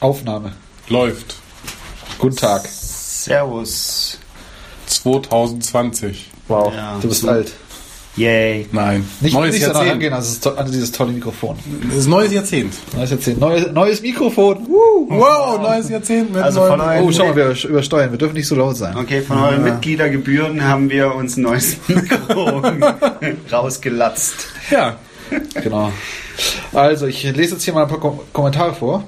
Aufnahme. Läuft. Guten Tag. Servus. 2020. Wow, Ja. du bist alt. Yay. Nein. Nicht, neues nicht danach Jahrzehnt. angehen, also es ist to- an dieses tolle Mikrofon. Das ist neues Jahrzehnt. Neues Jahrzehnt. Neues, neues Mikrofon. Woo. Wow, neues Jahrzehnt. Mit Also neuem- von euch- Oh, schau mal, wir sch- übersteuern. Wir dürfen nicht so laut sein. Okay, von euren Mitgliedergebühren haben wir uns ein neues Mikrofon rausgelatzt. Ja. Genau. Also, ich lese jetzt hier mal ein paar Kom Kommentare vor.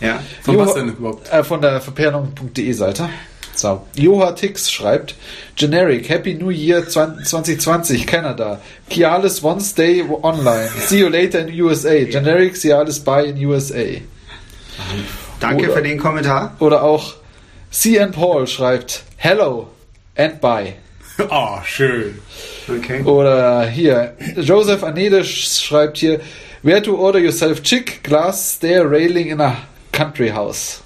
Ja. Von Jo- was denn überhaupt? Äh, von der verperlung.de Seite. So. Joha Tix schreibt, Generic, Happy New Year 20- 2020, Canada. Kialis once day online. See you later in USA. Generic, Cialis bye in USA. Danke Oder- für den Kommentar. Oder auch CN Paul schreibt Hello and bye. Oh, schön. Okay. Oder hier, Joseph Anede sch- schreibt hier Where to order yourself chick, glass, stair, railing in a country house.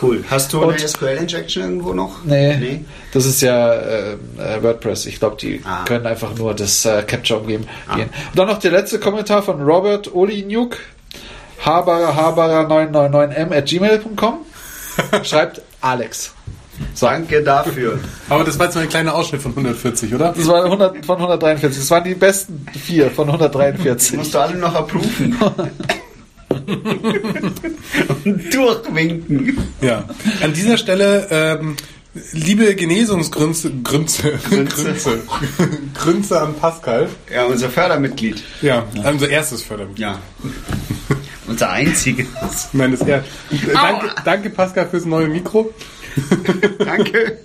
Cool. Hast du eine Und- SQL-Injection irgendwo noch? Nee, das ist ja äh, äh, WordPress. Ich glaube, die Ah. können einfach nur das äh, Capture umgeben. Gehen. Und dann noch der letzte Kommentar von Robert Olinjuk, habarer habarer 999m at gmail.com, schreibt Alex. So, Danke dafür. Aber das war jetzt nur ein kleiner Ausschnitt von 140, oder? Das war 100 von 143. Das waren die besten vier von 143. Musst du alle noch approven. Und durchwinken. Ja. An dieser Stelle, ähm, liebe Genesungsgrünze, Grünze, Grünze. Grünze, Grünze an Pascal. Ja, unser Fördermitglied. Ja, unser erstes Fördermitglied. Ja. Unser einziges. Nein, das er. Danke, danke, Pascal, fürs neue Mikro. Danke.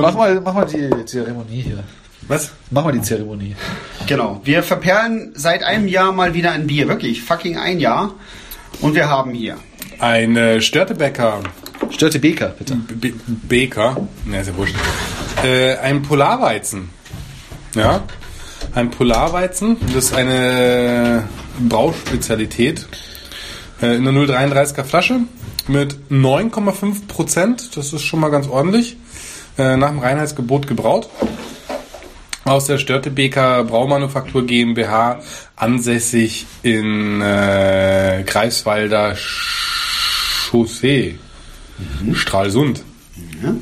Mach mal, mach mal die Zeremonie hier. Was? Mach mal die Zeremonie. Genau. Wir verperlen seit einem Jahr mal wieder ein Bier. Wirklich, fucking ein Jahr. Und wir haben hier. Ein äh, Störtebäcker. Störte Beker, bitte. B Baker, ne, ist ja wurscht. Äh, ein Polarweizen. Ja. Ein Polarweizen, das ist eine Brauspezialität. Äh, in einer 0,33er Flasche mit 9,5 Prozent. Das ist schon mal ganz ordentlich. Äh, nach dem Reinheitsgebot gebraut. Aus der Störtebeker Braumanufaktur GmbH ansässig in äh, Greifswalder Chaussee. Stralsund. ne?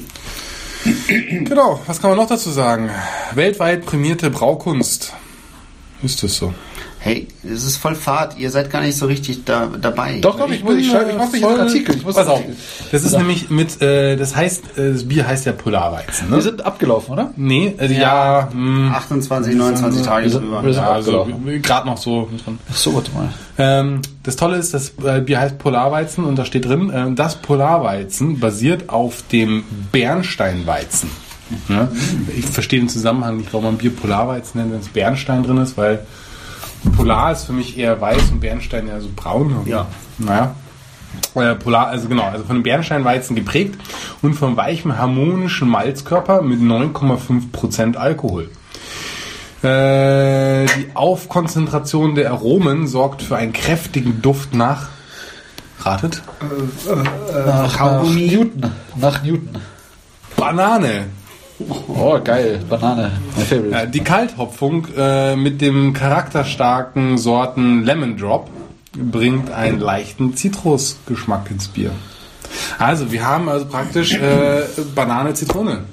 Genau, was kann man noch dazu sagen? Weltweit prämierte Braukunst. Ist das so? Hey, es ist voll Fahrt. Ihr seid gar nicht so richtig da, dabei. Doch, doch, ich, äh, muss, ich, schreibe- ich mache jetzt einen Artikel. Ich muss äh, Pass auf. einen Artikel. Das ist nämlich mit, äh, das heißt, äh, das Bier heißt ja Polarweizen, Wir ne? sind abgelaufen, oder? Nee, äh, ja, ja, 28, 29 Hm. Tage Wir sind- drüber. wir sind- also gerade noch so drin. Ach so, warte mal. Ähm, das Tolle ist, das äh, Bier heißt Polarweizen und da steht drin, ähm, das Polarweizen basiert auf dem Bernsteinweizen. Ja? Ich verstehe den Zusammenhang nicht, warum man Bier Polarweizen nennt, wenn es Bernstein drin ist, weil Polar ist für mich eher weiß und Bernstein eher so braun. Ja. Naja. Äh, Polar, also genau, also von dem Bernsteinweizen geprägt und vom weichen harmonischen Malzkörper mit 9,5% Alkohol. Äh, die Aufkonzentration der Aromen sorgt für einen kräftigen Duft nach. Ratet? Nach, nach Kaugummi. Newton. Nach Newton. Banane. Oh, geil. Banane. My favorite. Ja, die Kalthopfung äh, mit dem charakterstarken Sorten Lemon Drop bringt einen leichten Zitrusgeschmack ins Bier. Also, wir haben also praktisch äh, Banane, Zitrone.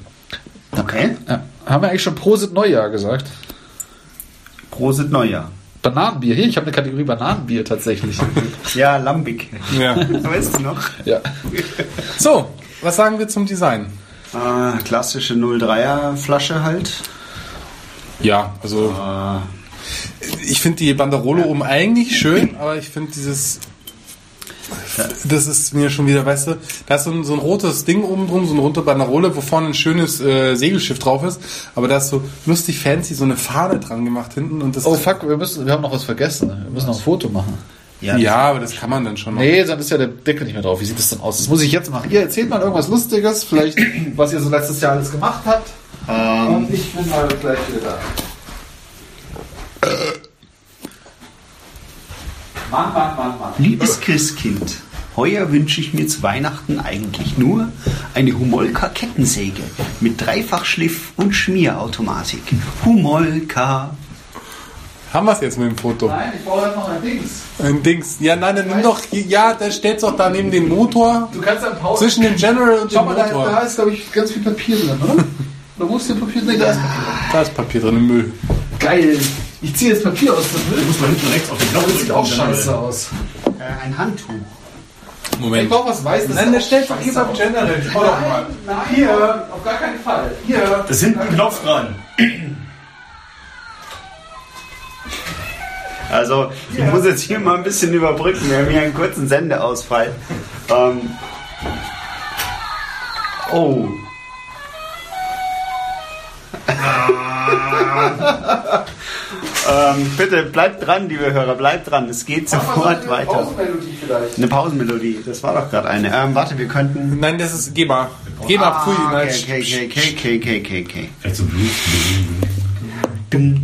Okay. Ja. Haben wir eigentlich schon Prosit Neujahr gesagt? Prosit Neujahr. Bananenbier. Hier, ich habe eine Kategorie Bananenbier tatsächlich. Ja, Lambic. Ja. Weißt du noch? ja. So, was sagen wir zum Design? Ah, klassische 03er Flasche halt. Ja, also Ah, ich finde die Banderole oben eigentlich schön, aber ich finde dieses. Das ist mir schon wieder, weißt du, da ist so ein, so ein rotes Ding oben drum, so eine rote Banderole, wo vorne ein schönes äh, Segelschiff drauf ist, aber da ist so lustig fancy so eine Fahne dran gemacht hinten und das. Oh, fuck, wir, müssen, wir haben noch was vergessen. Wir müssen noch ein Foto machen. ja, ja, aber das kann man dann schon noch. Nee, dann ist ja der Deckel nicht mehr drauf. Wie sieht das denn aus? Das muss ich jetzt machen. Ihr erzählt mal irgendwas Lustiges, vielleicht, was ihr so letztes Jahr alles gemacht habt. Ähm, Und ich bin mal gleich wieder da. Mann, Mann, Mann, Mann. Liebes Christkind, heuer wünsche ich mir zu Weihnachten eigentlich nur eine Humolka Kettensäge mit Dreifachschliff und Schmierautomatik. Humolka. Haben wir es jetzt mit dem Foto? Nein, ich brauche einfach ein Dings. Ein Dings. Ja, nein, dann nimm doch. hier- Ja, da stellst doch da neben den Motor. Du kannst am Pause. Zwischen dem General und Schau dem mal, da, da Motor. ist, glaube ich, ganz viel Papier drin, oder? Da musst du Papier drin. Da ist Papier. Da ist Papier drin im Müll. Geil. Ich ziehe jetzt Papier aus dem Müll. Muss man hinten rechts auf den Knopf Das sieht auch drücken. scheiße aus. Äh, ein Handtuch. Ich Moment. brauche was Weißes. Nein, der das stellt doch hier beim General. Schau doch mal. Nein, hier. Auf gar keinen Fall. Hier. Das ist hinten ein Knopf dran. Also, ich muss jetzt hier mal ein bisschen überbrücken. Wir haben hier einen kurzen Sendeausfall. Ähm, oh. ähm, bitte bleibt dran, liebe Hörer, bleibt dran. Es geht sofort weiter. Pausenmelodie vielleicht. Eine Pausenmelodie, das war doch gerade eine. Ähm, warte, wir könnten. Nein, das ist. Geh mal. Geh mal. Pfui. Ah, Nein, okay, okay, okay, okay, okay, okay, okay. Vielleicht so Blues. Dum,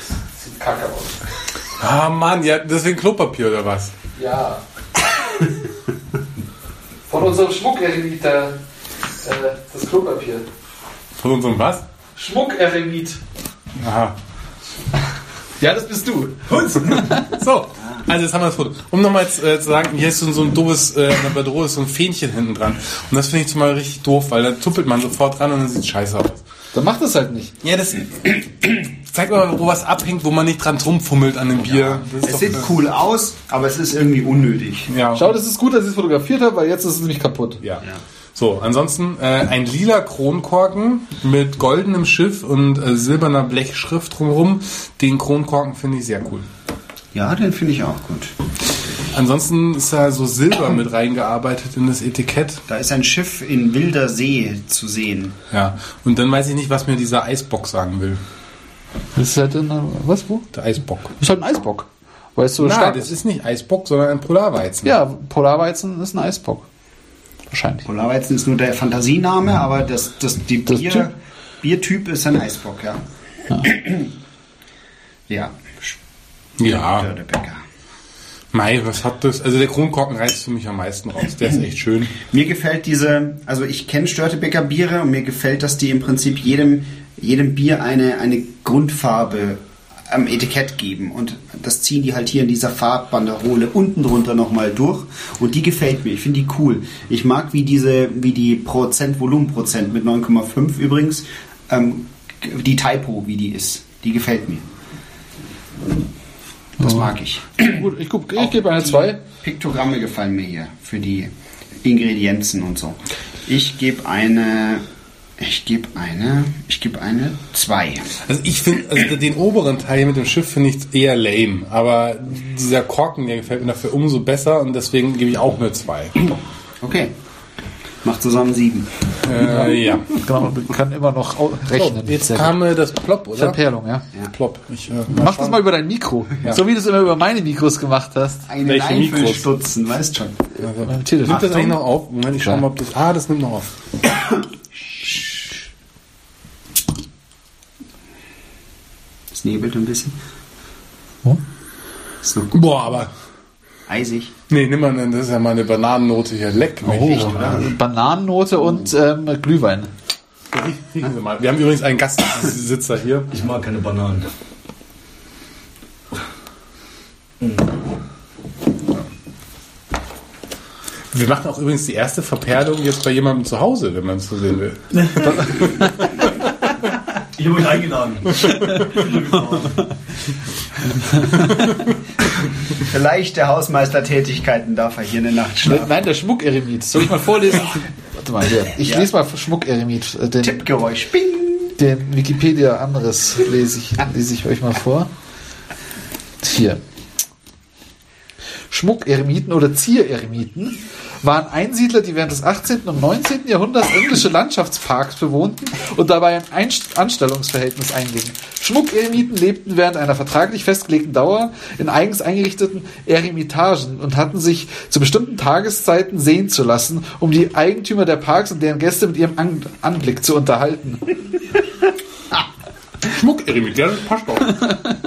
es. Das Sieht kacke aus. Ah Mann, ja, deswegen Klopapier oder was? Ja. Von unserem Schmuck eremit der, äh, das Klopapier. Von unserem was? Schmuck eremit. Aha. Ja, das bist du. So, also jetzt haben wir das Foto. Um nochmal äh, zu sagen, hier ist so, so ein doofes, äh, in der Badro ist so ein Fähnchen hinten dran. Und das finde ich zumal richtig doof, weil da tuppelt man sofort dran und dann sieht scheiße aus. Dann mach das halt nicht. Ja, das zeigt mal, wo was abhängt, wo man nicht dran rumfummelt an dem Bier. Das Es ist sieht doch, cool aus, aber es ist irgendwie unnötig. ja. Schau, das ist gut, dass ich es fotografiert habe, weil jetzt ist es nämlich kaputt. Ja. So, ansonsten äh, ein lila Kronkorken mit goldenem Schiff und äh, silberner Blechschrift drumherum. Den Kronkorken finde ich sehr cool. Ja, den finde ich auch gut. Ansonsten ist da so Silber mit reingearbeitet in das Etikett. Da ist ein Schiff in wilder See zu sehen. Ja. Und dann weiß ich nicht, was mir dieser Eisbock sagen will. Das ist halt ein, was, wo? Der Eisbock. Das ist halt ein Eisbock. Weil es so Nein, stark das ist. ist nicht Eisbock, sondern ein Polarweizen. Ja, Polarweizen ist ein Eisbock. Wahrscheinlich. Polarweizen ist nur der Fantasiename, aber das, das, die Das Bier, Typ- Biertyp ist ein Eisbock, ja. Ja, der, Ja. der Bäcker. Mei, was hat das? Also der Kronkorken reißt für mich am meisten raus. Der ist echt schön. Mir gefällt diese, also ich kenne Störtebeker Biere und mir gefällt, dass die im Prinzip jedem, jedem Bier eine, eine Grundfarbe am Etikett geben. Und das ziehen die halt hier in dieser Farbbanderole unten drunter nochmal durch. Und die gefällt mir. Ich finde die cool. Ich mag, wie diese, wie die Prozent, Volumenprozent mit 9,5 übrigens, ähm, die Typo, wie die ist. Die gefällt mir. Das mag ich. Gut, ich, guck- ich gebe eine 2. Piktogramme gefallen mir hier für die Ingredienzen und so. Ich gebe eine. Ich gebe eine. Ich gebe eine 2. Also ich finde, also den oberen Teil mit dem Schiff finde ich eher lame, aber dieser Korken, der gefällt mir dafür umso besser und deswegen gebe ich auch eine 2. Okay. Macht zusammen 7. Äh, ja. Genau, man kann immer noch au- So, rechnen. jetzt Sehr gut. kam äh, das Plop, oder? Verperlung, ja. Plop. Ich, äh, Mach das mal über dein Mikro. So wie du es immer über meine Mikros gemacht hast. Eine Welche Nein Mikros? stutzen, weißt schon. Beim Telefon. nimmt das eigentlich noch auf? Moment, ich schau mal, ob das... Ah, das nimmt noch auf. Es nebelt ein bisschen. Ist noch Boah, aber... eisig. Nee, nimm mal, das ist ja mal eine Bananennote hier. Leck mich. Oh, Bananennote und ähm, Glühwein. Riechen Sie mal. Wir haben übrigens einen Gastsitzer hier. Ich mag keine Bananen. Wir machen auch übrigens die erste Verperlung jetzt bei jemandem zu Hause, wenn man es so sehen will. Ich habe euch eingeladen. Vielleicht der Hausmeistertätigkeiten darf er hier eine Nacht schlafen. Nein, der Schmuckeremit. Soll ich mal vorlesen? Warte mal, hier. Ich Ja. lese mal Schmuckeremit. äh, Den, Tippgeräusch. Bing. den Wikipedia anderes lese ich, lese ich euch mal vor. Hier. Schmuckeremiten oder Ziereremiten waren Einsiedler, die während des 18. und 19. Jahrhunderts englische Landschaftsparks bewohnten und dabei ein Einst Anstellungsverhältnis eingingen. Schmuckeremiten lebten während einer vertraglich festgelegten Dauer in eigens eingerichteten Eremitagen und hatten sich zu bestimmten Tageszeiten sehen zu lassen, um die Eigentümer der Parks und deren Gäste mit ihrem An Anblick zu unterhalten. Schmuck, Eremit, ja, das passt doch.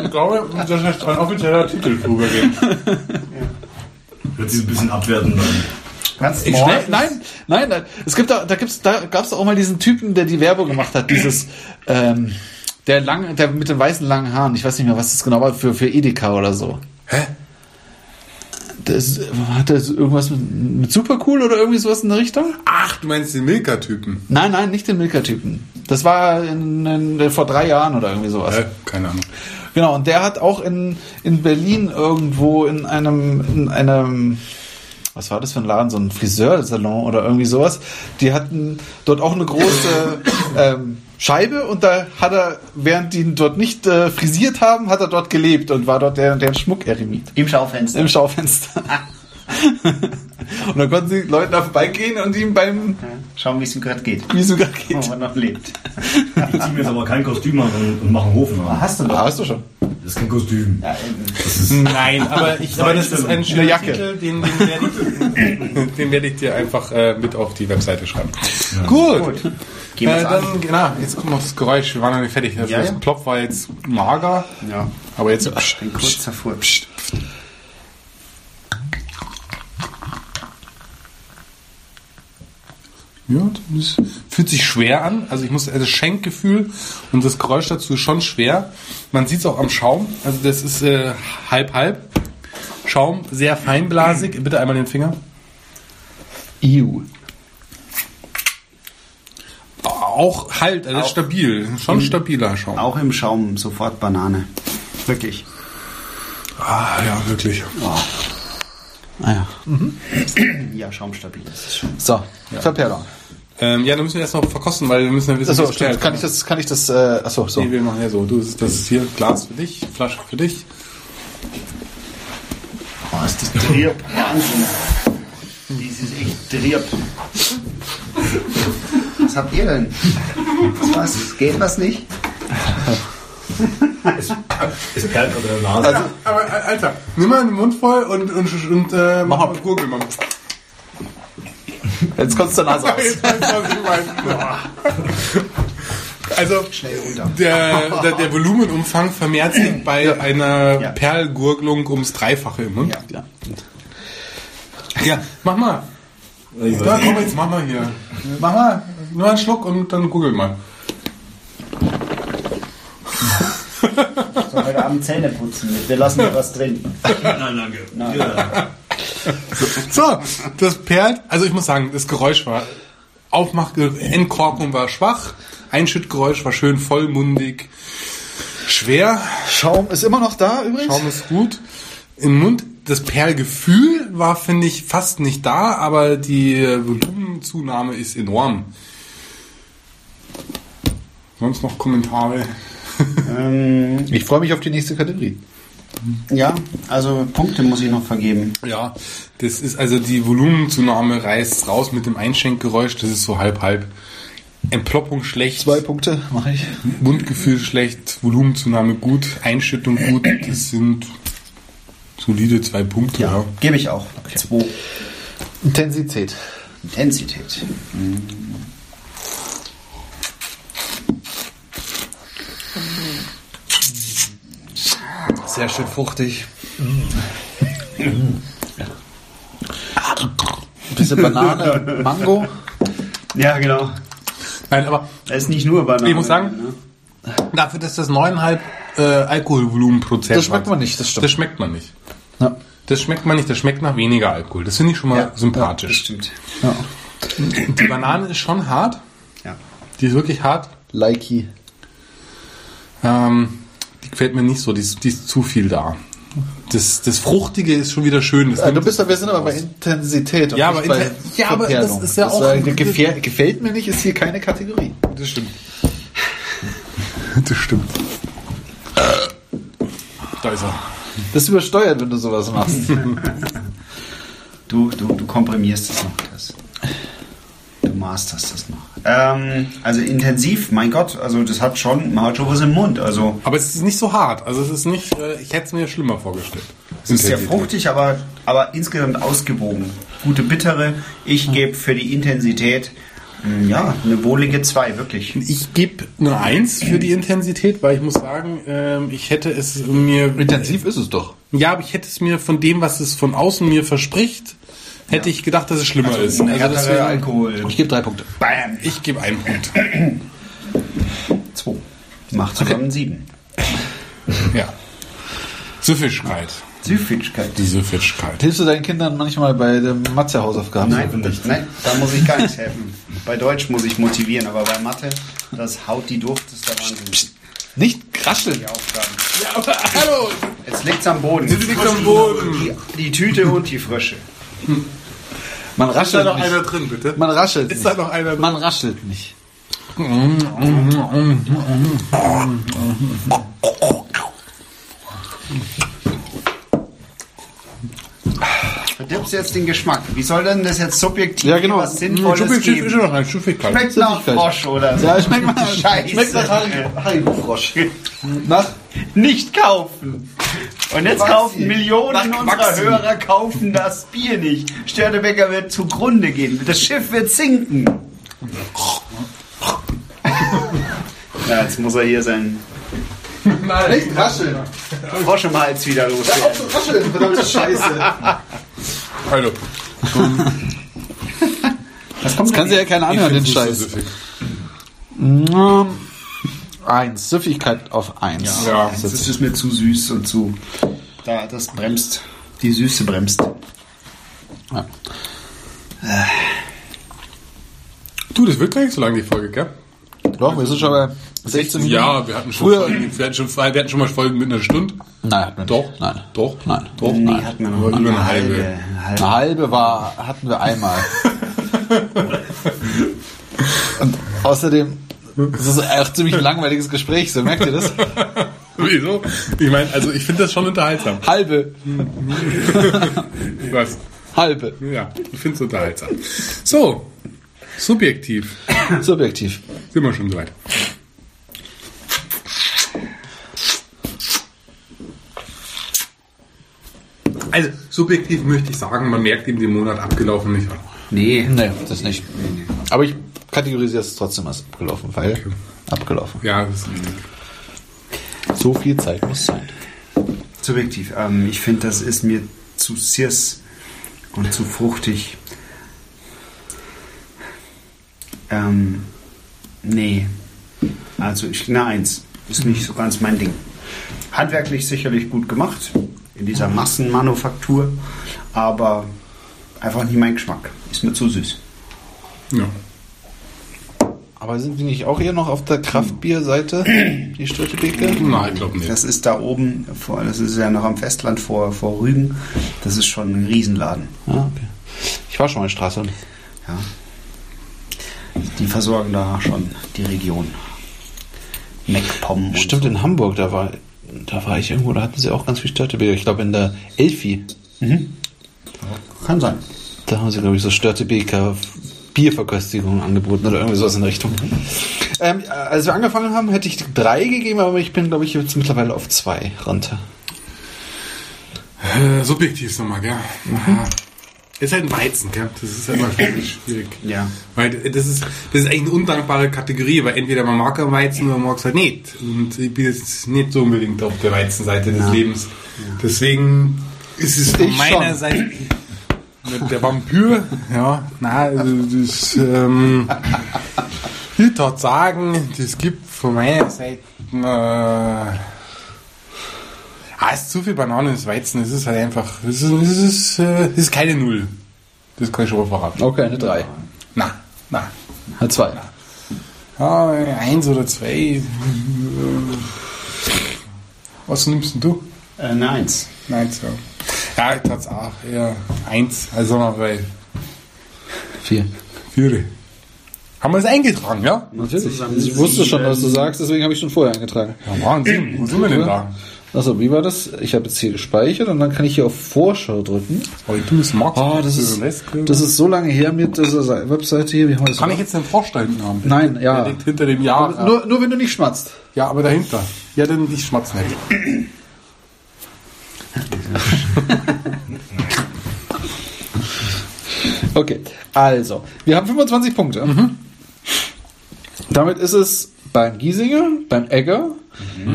Ich glaube, das ist ein offizieller Titel drüber gehen. Hört sich ein bisschen abwertend an. Ganz Ich schnell, nein, nein, nein, es gibt da, da gibt's, da gab's auch mal diesen Typen, der die Werbung gemacht hat, dieses, ähm, der lang, der mit den weißen langen Haaren, ich weiß nicht mehr, was das genau war, für, für Edeka oder so. Hä? Das, hat das irgendwas mit, mit Supercool oder irgendwie sowas in der Richtung? Ach, du meinst den Milka-Typen? Nein, nein, nicht den Milka-Typen. Das war in, in, vor drei Jahren oder irgendwie sowas. Hä? Keine Ahnung. Genau, und der hat auch in, in Berlin irgendwo in einem, in einem, was war das für ein Laden, so ein Friseursalon oder irgendwie sowas, die hatten dort auch eine große ähm, Scheibe und da hat er, während die ihn dort nicht äh, frisiert haben, hat er dort gelebt und war dort der, der Schmuckeremit Im Schaufenster. im Schaufenster. und dann konnten die Leute da vorbeigehen und ihm beim Schauen, wie es ihm gerade geht. Quizu Wo geht. man noch lebt. Ich zieh mir jetzt aber kein Kostüm an und, und mache einen Hofen an. Hast du Ah, doch. hast du schon. Das ist kein Kostüm. Ja, eben. Nein, aber, ich, aber das ist ein schöner Eine Jacke. Titel, den, den werde ich, den werde ich dir einfach äh, mit auf die Webseite schreiben. Gut. Gut. Gehen Äh, wir an. dann, genau, jetzt kommt noch das Geräusch. Wir waren noch nicht fertig. Das, Ja, das ja. Plop war jetzt mager, Ja. aber jetzt... Ein kurzer Furz. Ja, das fühlt sich schwer an. Also ich muss, also das Schenkgefühl und das Geräusch dazu ist schon schwer. Man sieht es auch am Schaum. Also das ist äh, halb halb. Schaum sehr feinblasig. Bitte einmal den Finger. Iu. Auch halt, also das ist Auch. stabil. Schon stabiler Schaum. Auch im Schaum sofort Banane. Wirklich. Ah, ja, wirklich. Ah ja. Ja, schaumstabil. Das ist So, Verperlung. Ähm, ja, dann müssen wir erst noch verkosten, weil wir müssen ja wissen, Achso, wie es stimmt. schmeckt. Kann ich das, kann ich das, äh, achso, so. Nee, wir machen ja so. Du, das ist- das ist hier Glas für dich, Flasche für dich. Oh, ist das Trier. Wahnsinn. Das ist echt Trier. Was habt ihr denn? Was? Geht was nicht? Es perlt unter der Nase. Also- Aber äh, Alter, nimm mal den Mund voll und, und, und äh, mach mal Gurgel mal. Jetzt kommt's der Nase aus. Jetzt weiß ich, was ich meine. Also, Schnell runter. der, der, der Volumenumfang vermehrt sich bei einer Ja. Perlgurgelung ums Dreifache im Mund. Ja. Ja. mach mal. Ich Ja, weiß nicht. komm, jetzt mach mal hier. Mach mal, nur einen Schluck und dann google mal. So, heute Abend Zähne putzen. Wir lassen dir was drin. Nein, danke. Ja. So, das perlt. Also ich muss sagen, das Geräusch war Aufmach, Entkorkung war schwach, Einschüttgeräusch war schön vollmundig, schwer, Schaum ist immer noch da übrigens. Schaum ist gut. Im Mund, das Perlgefühl war, finde ich, fast nicht da, aber die äh, Volumenzunahme ist enorm. Sonst noch Kommentare? Ich freue mich auf die nächste Kategorie. Ähm, Ja, also Punkte muss ich noch vergeben. Ja, das ist also die Volumenzunahme reißt raus mit dem Einschenkgeräusch, das ist so halb-halb. Entploppung schlecht. Zwei Punkte mache ich. Mundgefühl schlecht, Volumenzunahme gut, Einschüttung gut, das sind solide zwei Punkte. Ja. Gebe ich auch. Zwei. Intensität. Intensität. Sehr schön fruchtig. Ein bisschen Banane, Mango. Ja, genau. Nein, aber Es ist nicht nur Banane. Ne? Ich muss sagen, dafür, dass das 9,5 äh, Alkoholvolumenprozent Das schmeckt hat, man nicht, das stimmt. Das schmeckt man nicht. Ja. Das schmeckt man nicht, das schmeckt nach weniger Alkohol. Das finde ich schon mal Ja, Das sympathisch. stimmt. Ja. Die Banane ist schon hart, Ja. die ist wirklich hart. Likey. Ähm, die gefällt mir nicht so, die ist, die ist zu viel da. Das, das Fruchtige ist schon wieder schön. Das Äh, du nimmt- bist, ja- wir sind aber bei Intensität. und Ja, nicht aber bei Inten- ja, aber das Verperlung. ist ja auch- äh, gefähr- gefällt mir nicht, ist hier keine Kategorie. Das stimmt. Das stimmt. Da ist er. Das ist übersteuert, wenn du sowas machst. Du, du, du komprimierst das noch, Chris. Du masterst das noch. Ähm, also intensiv, mein Gott, also das hat schon, man hat schon was im Mund. Also Aber es ist nicht so hart. Also es ist nicht, äh, ich hätte es mir schlimmer vorgestellt. es ist sehr fruchtig, aber, aber insgesamt ausgewogen. Gute Bittere. Hm. Ich gebe für die Intensität mh, ja, eine wohlige 2, wirklich. Ich gebe eine Eins für die Intensität, weil ich muss sagen, ähm, ich hätte es mir. Intensiv ist es doch. Ja, aber ich hätte es mir von dem, was es von außen mir verspricht, hätte ich gedacht, dass es schlimmer ist. Ein härterer deswegen- Alkohol. Ich gebe drei Punkte. Bam. ich gebe einen Punkt. 2. Macht zusammen 7. Ja. Süffigkeit. Süffigkeit. Die Süffigkeit. Hilfst du deinen Kindern manchmal bei der Mathe-Hausaufgaben? Nein, nein, da muss ich gar nicht helfen. Bei Deutsch muss ich motivieren, aber bei Mathe, das haut die Duft, das ist der Wahnsinn. Nicht krascheln. Die Aufgaben. Ja, aber hallo! Jetzt liegt's am Boden. Sie liegt am Boden. Die, die Tüte und die Frösche. Man Ist da raschelt noch nicht. einer drin, bitte? Man raschelt Ist da nicht. noch einer drin? Man raschelt nicht. Verdirbst jetzt den Geschmack. Wie soll denn das jetzt subjektiv Ja, genau. was Sinnvolles Subjektiv ist geben? ja noch eine Süffigkeit. Schmeckt nach Süffigkeit. Frosch oder so. Ja, schmeckt mal. Scheiße. Schmeckt nach Haribo- Haribo-Frosch. Nach Nicht kaufen. Und jetzt Quaxi. kaufen Millionen Nach unserer Quaxi. Hörer kaufen das Bier nicht. Störtebecker wird zugrunde gehen. Das Schiff wird sinken. Ja, jetzt muss er hier sein Echt rascheln. Frosch im Hals wieder los. Auf zu rascheln, verdammte Scheiße. Also, Das kann sich ja keiner anhören, den Scheiß. süffig. Ähm, Eins. Süffigkeit auf eins. Ja. Das ist mir zu süß und zu. Da, das bremst. Die Süße bremst. Ja. Du, das wird gar nicht so lange, die Folge, gell? Doch, wir sind schon bei 16 Minuten. Ja, wir hatten schon, Früher- Folgen, wir hatten schon, wir hatten schon mal Folgen mit einer Stunde. Nein, hatten wir nicht. Doch. Nein. Doch. Nein. Doch. Nee, Nein. hatten wir noch Über nicht. eine halbe. Eine halbe. Eine halbe war, hatten wir einmal. Und außerdem, das ist auch ziemlich ein langweiliges Gespräch, so merkt ihr das? Wieso? Ich meine, also ich finde das schon unterhaltsam. Halbe, Ich weiß. halbe, Ja, ich finde es unterhaltsam. So, subjektiv subjektiv. sind wir schon soweit. Also, subjektiv möchte ich sagen, man merkt ihm den Monat abgelaufen nicht an. Nee. Nee, das nicht. Aber ich kategorisiere es trotzdem als abgelaufen, weil abgelaufen. Ja, das ist richtig. So viel Zeit muss sein. Subjektiv. Ähm, ich finde, das ist mir zu süß und zu fruchtig. Ähm, nee. Also, ich, na, eins. Ist nicht so ganz mein Ding. Handwerklich sicherlich gut gemacht, in dieser Massenmanufaktur, aber einfach nicht mein Geschmack. Ist mir zu süß. Ja. Aber sind die nicht auch eher noch auf der Kraftbierseite, die Störtebeke? Nein, ich glaube nicht. Das ist da oben, vor, das ist ja noch am Festland vor, vor Rügen. Das ist schon ein Riesenladen. Ja, okay. Ich war schon mal in Straße. Ja. Die versorgen da schon die Region. MacPom. und Stimmt, in Hamburg, da war, da war ich irgendwo, da hatten sie auch ganz viel Störtebeker. Ich glaube, in der Elfi, so. Kann sein. da haben sie, glaube ich, so Störtebeker Bierverköstigungen angeboten oder irgendwie sowas in der Richtung. Ähm, als wir angefangen haben, hätte ich drei gegeben, aber ich bin, glaube ich, jetzt mittlerweile auf zwei runter. Äh, subjektiv ist nochmal, gell? Ja. Ist halt ein Weizen, gell? Das ist halt immer schwierig. schwierig. Ja. Weil das ist, das ist eigentlich eine undankbare Kategorie, weil entweder man mag einen Weizen oder man mag es halt nicht. Und ich bin jetzt nicht so unbedingt auf der Weizenseite des Lebens. Deswegen ist es von Ich meiner schon. Seite mit der Vampir, ja, na, also das, ähm, ich dort sagen, das gibt von meiner Seite, äh, ah, es ist zu viel Banane ins Weizen, es ist halt einfach, es ist, es ist, äh, es ist keine Null. Das kann ich schon mal verraten. Okay, eine drei. Na, na. Eine zwei. Ja, Ah, eins oder zwei. Was nimmst denn du? Äh, eine Eins. Nein, so. Ja, ich tat's auch. Ja, eins. Also noch bei Vier. Führe. Haben wir es eingetragen, ja? Natürlich. Ich wusste schon, was du sagst, deswegen habe ich schon vorher eingetragen. Ja, Wahnsinn. Wo sind wir denn da? Achso, wie war das? Ich habe jetzt hier gespeichert und dann kann ich hier auf Vorschau drücken. Heute Ah, ist Max. Oh, das ist, das ist so lange her mit dieser Webseite hier. Wie haben wir das Kann ich gemacht? jetzt den Frosch da hinten haben? Nein, ja. Der liegt hinter dem Jahr. Nur, nur wenn du nicht schmatzt. Ja, aber dahinter. Ja, dann ich schmatz nicht. Okay, also, wir haben 25 Punkte. Damit ist es beim Giesinger, beim Egger,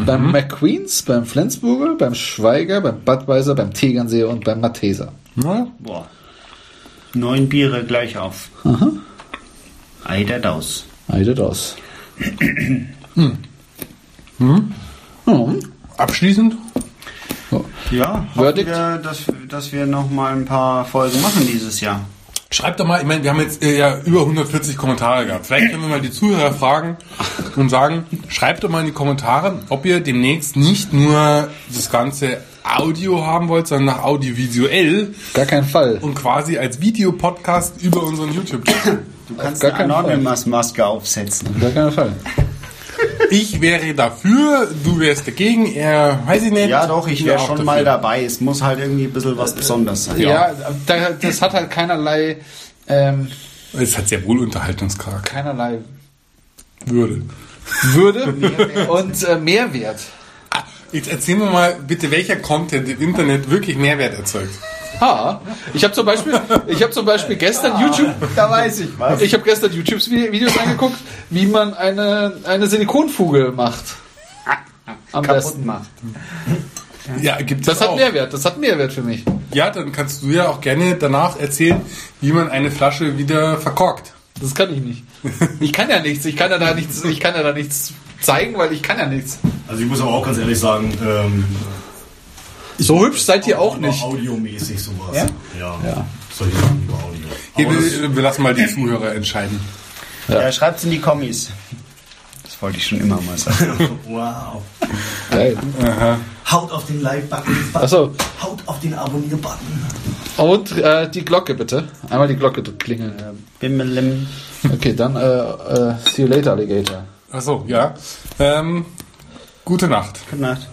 beim McQueens, beim Flensburger, beim Schweiger, beim Budweiser, beim Tegernseer und beim Matheser. Na, Boah. Neun Biere gleich auf. Eider Daus. Eidet aus. abschließend. Ja, Verdict? wir, dass, dass wir noch mal ein paar Folgen machen dieses Jahr. Schreibt doch mal, ich meine, wir haben jetzt äh, ja über 140 Kommentare gehabt. Vielleicht können wir mal die Zuhörer fragen und sagen, schreibt doch mal in die Kommentare, ob ihr demnächst nicht nur das ganze Audio haben wollt, sondern nach audiovisuell Gar kein Fall. und quasi als Videopodcast über unseren youtube channel Du kannst gar eine keinen Fall. Anonymous-Maske aufsetzen. Gar kein Fall. Ich wäre dafür, du wärst dagegen, er weiß ich nicht. Ja, doch, ich Ja, wäre auch schon dafür. mal dabei. Es muss halt irgendwie ein bisschen was Besonderes sein. Äh, Ja, da, das hat halt keinerlei, ähm, Es hat sehr wohl Unterhaltungscharakter. keinerlei Würde. Würde und äh, Mehrwert. Ah, Jetzt erzähl mir mal bitte, welcher Content im Internet wirklich Mehrwert erzeugt. Ha. Ich habe zum Beispiel, ich habe zum Beispiel gestern YouTube, Da weiß ich was. Ah, ich habe gestern YouTubes Vi- Videos angeguckt, wie man eine eine Silikonfuge macht. Am besten. macht. Ja, gibt's Das hat auch. Mehrwert. Das hat Mehrwert für mich. Ja, dann kannst du ja auch gerne danach erzählen, wie man eine Flasche wieder verkorkt. Das kann ich nicht. Ich kann ja nichts. Ich kann ja da nichts. Ich kann ja da nichts zeigen, weil ich kann ja nichts. Also ich muss aber auch ganz ehrlich sagen, ähm, So hübsch seid ihr auch über nicht. audiomäßig sowas. Ja? Ja. Solche Sachen über Audio. Hier, Aber das- wir, wir lassen mal die Zuhörer entscheiden. Ja, schreibt's in die Kommis. Das wollte ich schon immer mal sagen. wow. Geil. Haut auf den Like-Button. Ach so. Haut auf den Abonnier-Button. Und äh, die Glocke bitte. Einmal die Glocke klingeln. Bimmelim. Okay, dann äh, äh, see you later, Alligator. Achso, ja. Ähm, gute Nacht. Gute Nacht.